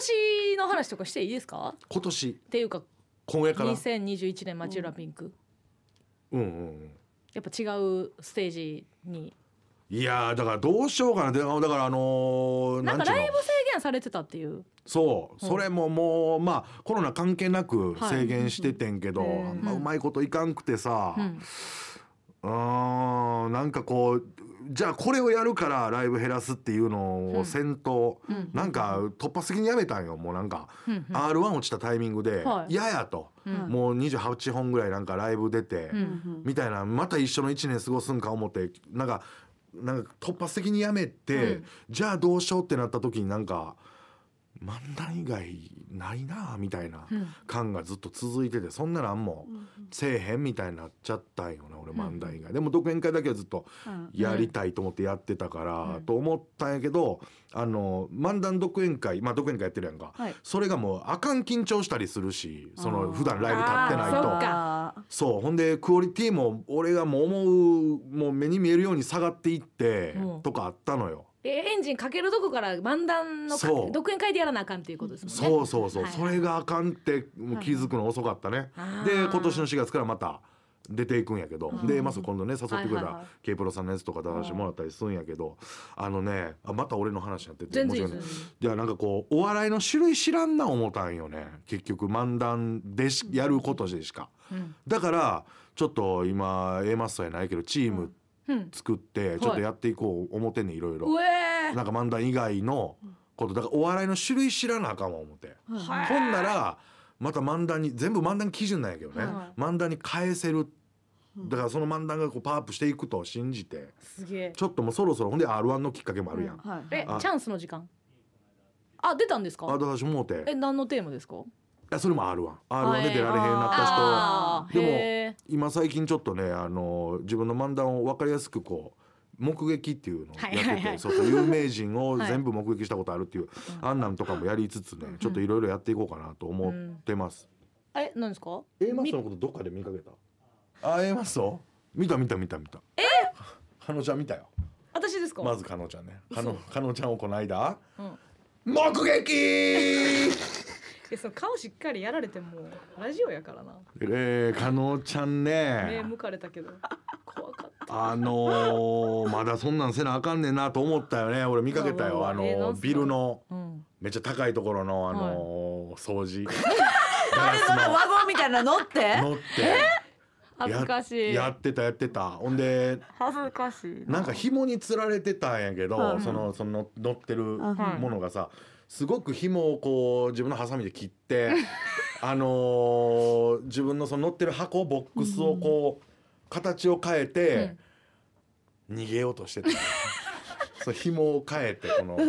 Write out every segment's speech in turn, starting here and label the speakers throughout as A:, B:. A: 年の話とかしていいですかっ
B: 今年
A: ていうか
B: 今夜から
A: 2021年町浦ピンク、
B: うんうんうん
A: やっぱ違うステージに
B: いやーだからどうしようかなでだからあのー
A: なんか
B: ちゅうの
A: ライブ制限されてたっていう
B: そう
A: うん
B: それももうまあコロナ関係なく
A: はい
B: 制限しててんけど、
C: うんうん
B: あんまうまいこといかんくてさ、
A: うん
B: うーんなんかこうじゃあこれをやるからライブ減らすっていうのを先頭、
A: うん
B: なんか突発的にやめたんよもうなんか、
A: うんうん
B: r 1落ちたタイミングで
A: は
B: 「
A: い
B: やや」と、
A: うん
B: もう28本ぐらいなんかライブ出て、
A: う
C: うんん
B: みたいなまた一緒の1年過ごすんか思ってなんかなんか突発的にやめて、
A: うん
B: じゃあどうしようってなった時になんか漫談以外ないなあみたいな
A: うん
B: 感がずっと続いててそんななんも
C: うん
B: せえへんみたいになっちゃったんよな俺
A: うん
B: 漫談以外でも独演会だけはずっと
C: うん
B: やりたいと思ってやってたから、
A: うん
B: と思ったんやけどあの漫談独演会まあ独演会やってるやんか
A: はい
B: それがもうあかん緊張したりするし そ
C: あー
B: の普段ライブ立ってない
A: あーそ
B: と
A: っ。
C: か
B: そうほんでクオリティも俺がもう思うもう目に見えるように下がっていって
A: うん
B: とかあったのよ。
A: えエンジンかけるとこから漫談のか
B: そう
A: 独演会でやらなあかんっていうことですもんね
B: そうそうそう、
A: はい
B: それがあかんってもう気づくの遅かったね。
A: あ
B: で
A: ー
B: 今年の4月からまた出ていくんやけど、
A: うん
B: でまず今度ね誘ってくれ
A: はいはいは
B: た
A: い
B: k プロさんのやつとか出させてもらったりするんやけど、あのねあまた俺の話になってて
A: 全然いい
B: 面
A: で
B: 白いね
A: す
B: いやなんかこうお笑いの種類知らんな思たんよね結局漫談でしやることでしか。
A: うん
B: だからちょっと今 A マスターやないけどチーム
A: うん
B: 作ってちょっとやっていこう表にいろいろ
A: うえー
B: なんか漫談以外のことだからお笑いの種類知らなあかんわ思って
A: はい
B: ほんならまた漫談に全部漫談基準なんやけどね
A: は
B: 漫談に返せる
C: うん
B: だからその漫談がこうパワーアップしていくと信じて
A: すげえ
B: ちょっともうそろそろほんで r 1のきっかけもあるやん
C: はい
A: え
B: あ
A: チャンスの時間あ出たんです
B: あだ
A: か
B: から私もうて
A: え何のテーマですか
B: いやそれも r 1 r 1で出られへんなった人
A: あー
B: でも
A: へ
B: 今最近ちょっとねあの自分の漫談を分かりやすくこう目撃っていうのをや
A: はい
B: っ
A: はい
B: て
A: は
B: て
A: い
B: そうそう有名人を
A: はい
B: 全部目撃したことあるっていうあんなんとかもやりつつねちょっといろいろやっていこうかなと思ってます。
A: ーえ何ですか
B: A マスのことどっかで見かけたあ A マスを見た見た見た見た。えかのちゃん見たよ。
A: 私ですか
B: まずかのちゃんね。かのかのちゃんをこの間
A: うん
B: 目撃
A: えその顔しっかりやられてもラジオやからな
B: えー、かのちゃんね。
A: かれたけど怖かった
B: あのー、まだそんなんせなあかんねんなと思ったよね俺見かけた
A: う
B: よ
A: わ
B: あ
A: うわえーな
B: の
A: んす
B: ー
A: か
B: ビルの
A: うん
B: めっちゃ高いところのあのー掃除ガラ
C: あれの
B: ス
C: ワゴンみたいなの乗って
B: の乗って
A: 恥ずかしい
B: やってたやってたほんで
A: 恥ずかしい
B: なんか紐につられてたんやけ
C: は
B: ど
C: い
B: そのその乗ってるも
C: はい
B: のがさすごく紐をこう自分のハサミで切ってあのー自分のその乗ってる箱ボックスをこう形を変えて。逃げようとしてた そう紐を変えてこの
C: で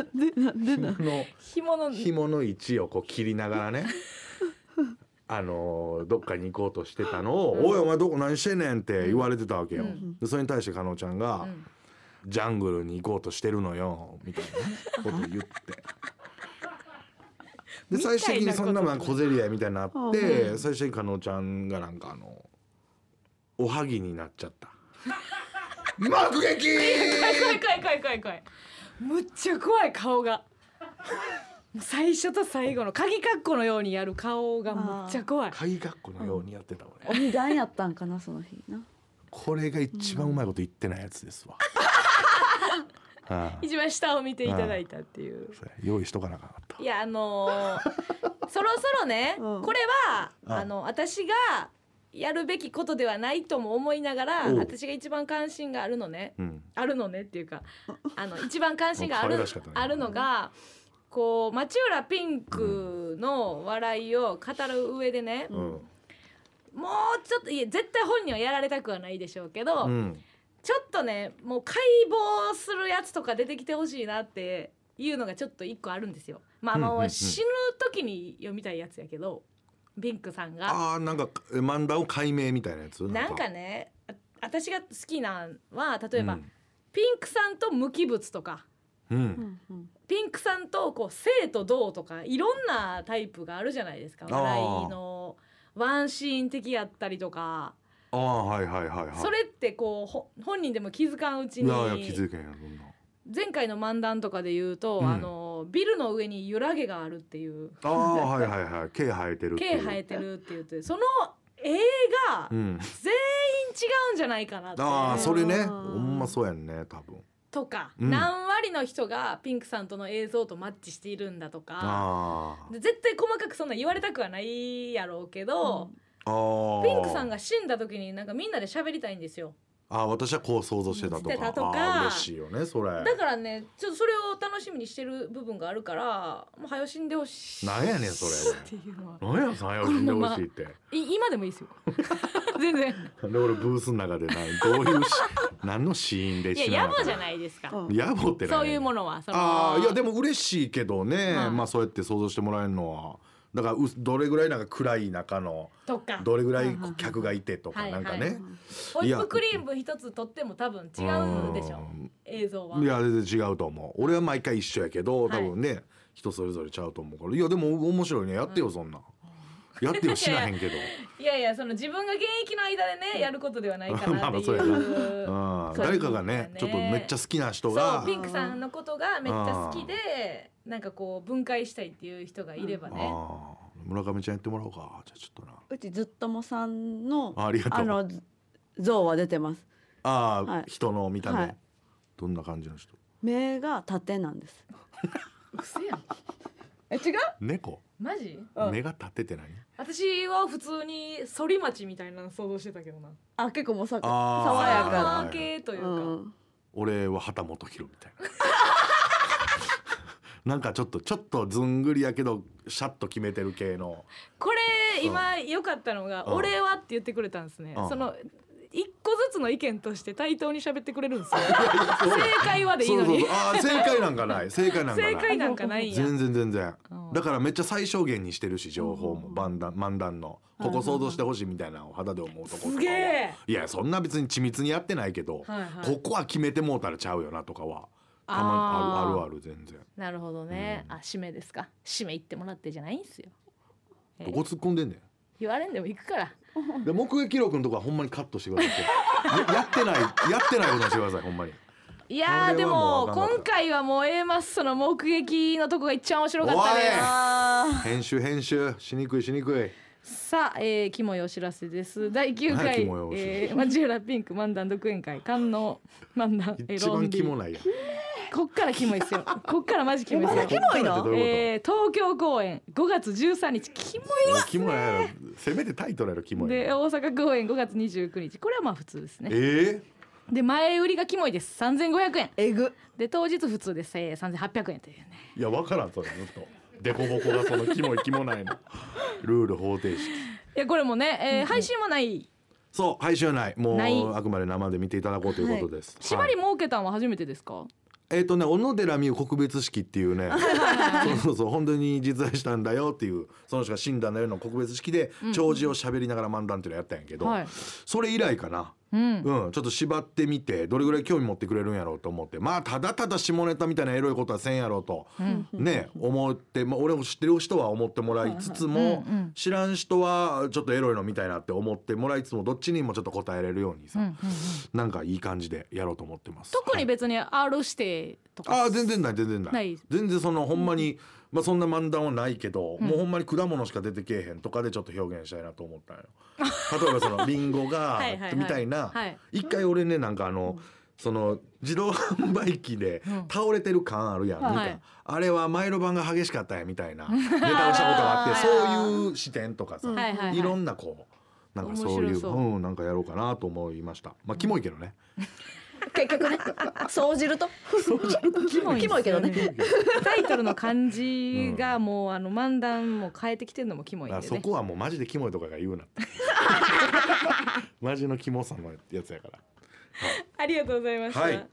C: なんで
B: 紐
A: 紐
B: の
C: な
A: の
B: 紐の位置をこう切りながらねあのーどっかに行こうとしてたのを「
A: うん
B: おいお前どこ何してんねん」って言われてたわけよ。
A: うん
B: でそれに対して加納ちゃんが、
A: うん
B: ジャングルに行こうとしてるのよ」みたいなこと言って。で最終的にそんなもん小競り合いみたいになっ
C: う
B: て
C: ん
B: 最終的に加納ちゃんがなんかあのおはぎになっちゃった。目撃
A: 怖い怖い怖い怖い怖いむっちゃ怖い顔がもう最初と最後の鍵括弧のようにやる顔がむっちゃ怖い
B: 貝学校のようにやってた俺、
C: 二段やったんかなその日な
B: これが一番うまいこと言ってないやつ ですわ、はあ
A: 一番下を見ていただいたっていう
B: それ用意しとかなあかんかった
A: いやあのーそろそろね、
C: うん
A: これは
B: うん
A: あの私がやるべきことではないとも思いながら
B: おう
A: 私が一番関心があるのね
B: うん
A: あるのねっていうかあの一番関心があ
B: もう可愛
A: る
B: らしかったね
A: あるのがこう町浦ピンクの笑いを語る上でね、
B: うん
A: もうちょっといや絶対本人はやられたくはないでしょうけど、
B: うん
A: ちょっとねもう解剖するやつとか出てきてほしいなっていうのがちょっと一個あるんですよ。まあ
B: うんうん
A: も
B: う
A: うん死ぬ時に読みたいやつやけどビンクさんが。
B: ああなんかえ漫談を解明みたいなやつ
A: なんかねあ私が好きなんは例えば、
B: うん
A: ピンクさんと無機物とか
B: うん
C: うんうん
A: ピンクさんとこう生と動とかいろんなタイプがあるじゃないですか
B: あー
A: 笑いのワンシーン的やったりとか
B: ああはいはいはいはい
A: それってこうほ本人でも気づかんうち
B: い
A: に
B: やいや気づけんやそんな
A: 前回の漫談とかで言うと、
B: うん
A: あののビルの上に揺ら毛があるっていう
B: ああはいはいはい毛生えてるってい
A: 毛
B: う
A: 生えてるって言ってその絵が
B: う
A: 全員違
B: ん
A: うんじゃないかなって
B: ああそれね
C: あー
B: ほんまそうやんね多分
A: とか、
B: うん
A: 何割の人がピンクさんとの映像とマッチしているんだとか
B: あ
A: で絶対細かくそんな言われたくはないやろうけど、
B: あああ
A: ピンクさんが死んだ時になんかみんなで喋りたいんですよ
B: ああ私はこう想像してたと
A: して
B: か
A: たとか
B: ああ嬉しいよねそれ
A: だからねちょっとそれを楽しみにしてる部分があるからもう早死んでほしい
B: なんやねんそれ
A: っていうのは
B: 何やさんよ死んでほしいって
A: い今でもいいですよ 全 然
B: なんで俺ブースの中でなどう いうし何のシーンで
A: いや野暮じゃないですか、
C: うん
B: 野暮って
A: そういうも
B: の
A: のはその
B: ああいやでも嬉しいけどね、
A: はい
B: まあそうやって想像してもらえるのはだからうどれぐらいなんか暗い中の
A: とか
B: どれぐら
C: はい
B: い
C: はいはい
B: 客がいてとか
A: はい
B: な
A: はい
B: んか
C: う
B: ね
C: ん
A: ホイップクリーム一つ取っても多分違うんでしょ映像は
B: うんいや全然違うと思う俺は毎回一緒やけど多分ね、人それぞれちゃうと思うからいやでも面白いねやってよそんなん、やってよしなへんけど。
A: いやいやその自分が現役の間でねやることではないかなってい
B: まあま
A: う
B: あうん、
A: そういう
B: 誰
A: こ
B: か
A: とだ
B: が
A: よ
B: ね
A: ね
B: ちょっとめっちゃ好きな人
A: そう
B: が
A: ピンクさんのことがめっちゃ好きでなんかこう分解したいっていう人がいればね
B: あー村上ちゃんやってもらおうかじゃあちょっとな
C: うちずっともさんの
B: あありがとう
C: あの像は出てます。
B: ああ、
C: はい
B: 人の見た目、
C: はい
B: どんな感じの人
C: 目が縦なんです。
A: うせやん
C: え違う？
B: 猫
A: マジ
B: 目が立っててない
A: 私は普通に反町みたいなの想像してたけどな
C: あ結構もさか
B: あー
C: 爽や
B: は
C: か
B: い
C: な。
A: パー系というか、
C: うん
B: 俺は畑本博みたい ななんかちょっとちょっとずんぐりやけどシャッと決めてる系の
A: これ今良かったのが「
B: うん
A: 俺は」って言ってくれたんですね
B: うん
A: その一個ずつの意見として対等に喋ってくれるん ですよ正解はでいい
B: そ
A: の
B: うそう
A: に
B: そうああ正解なんかない正解なんかな
A: 正
B: い
A: 解なんかないんや
B: 全然全然
A: うん
B: だからめっちゃ最小限にしてるし情報も
C: うん
B: 漫談漫談のここ想像してほしいみたいなのを肌で思うところと
A: す
B: か
A: げ
B: は
A: え
B: いやそんな別に緻密にやってないけど、
A: はいはい
B: ここは決めてもうたらちゃうよなとかはた
A: あ
B: ま
A: ー
B: あるあるある全然
A: なるほどね、
B: うん
A: あ締めですか締め行ってもらってじゃないんすよえ
B: どこ突っ込んでんね
A: 言われんでも行くから
B: んで目撃録のとこはほんまにカットしてください ややってないやってないことにしてくださいほんまに
A: いやー
B: これ
A: で
B: はもう
A: も
B: 分かんなかった
A: 今回はもう A マッソの目撃のとこが一番面白かったです
B: おい
C: あ
B: 編集編集しにくいしにくい
A: さあ、えー、キモいお知らせです。第9
B: 何や
A: 回、
B: キモいお知らせ
A: えー、マジュラピンク漫談独演会、観 音漫談、え
B: 一
A: ー、ロ
B: 番
A: ンリ
B: キモ
A: ー。
B: ないやん
A: こっからキモい ですよ。こっからマジキモいですよ。
C: キモいの
B: こっからってどういう
A: えー、東京公演5月13日キモ
B: こと、キモやろせめてタイトルやろキモ
A: いで
B: やろ
A: 大阪公演5月29日これはまあ普通ですね
B: え
A: で前売りがキモいです3500円
C: ーえぐ。
A: で当日普通です、えー、3800円というね
B: ー、いやわからんそれずっとデコボコがそのキモいキモな いのルール方程式
A: いやこれもね、えー配信はない
B: そう配信はないもう
A: ない
B: あくまで生で見ていただこうということです、
A: 縛り設けたんは初めてです か、
B: えっ、とね小野寺美優告別式ってい うねそうそうそう本当に実在したんだよっていうその人が死んだんだよの告別式で弔辞を喋りながら漫談っていうのやったんやけど、
A: はい
B: それ以来かな、
A: うん
B: うん、ちょっと縛ってみてどれぐらい興味持ってくれるんやろうと思ってまあただただ下ネタみたいなエロいことはせんやろうと、
A: ん
B: ね思って、まあ、俺も知ってる人は思ってもらいつつも、
A: うんうん
B: 知らん人はちょっとエロいのみたいなって思ってもらいつつもどっちにもちょっと答えれるようにさ、
A: うんうんうん
B: なんかいい感じでやろうと思ってます。
A: 特に別に R 指定とか
B: ああ全然ない全然ない
A: ない
B: 全然そのほんまに、まあそんな漫談はないけど、もうほんまに果物しか出てけえへんとかでちょっと表現したいなと思った んよ例えばそのリンゴが
A: はいはいはい
B: みたいな、
A: はい
B: 一回俺ねなんかあの、その自動販売機で
A: うん
B: 倒れてる感あるやん、
A: はい
B: なんかあれは前の晩が激しかったんやみたいなネタをしたことがあってそういう視点とかさ、
C: うん
A: はいはいはい
B: いろんなこうなんかそうい
A: 面白
B: う
A: そう
B: うん、なんかやろうかなと思いましたまあキモいけどね、
C: 結局 ね。総じると。
A: キモいんですよ
C: キモいけどね
A: タイトルの漢字がもうあの漫談も変えてきてるのもキモいん
B: あ
A: で
B: そ
A: ね
B: こはもうマジでキモいとかが言うなって マジのキモさのやつやから
A: ありがとうございました、
B: はい